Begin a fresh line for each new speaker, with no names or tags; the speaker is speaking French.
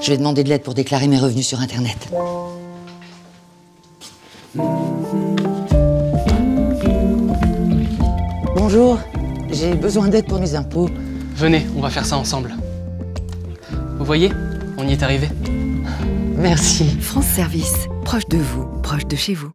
Je vais demander de l'aide pour déclarer mes revenus sur Internet. Bonjour, j'ai besoin d'aide pour mes impôts.
Venez, on va faire ça ensemble. Vous voyez, on y est arrivé.
Merci.
France Service, proche de vous, proche de chez vous.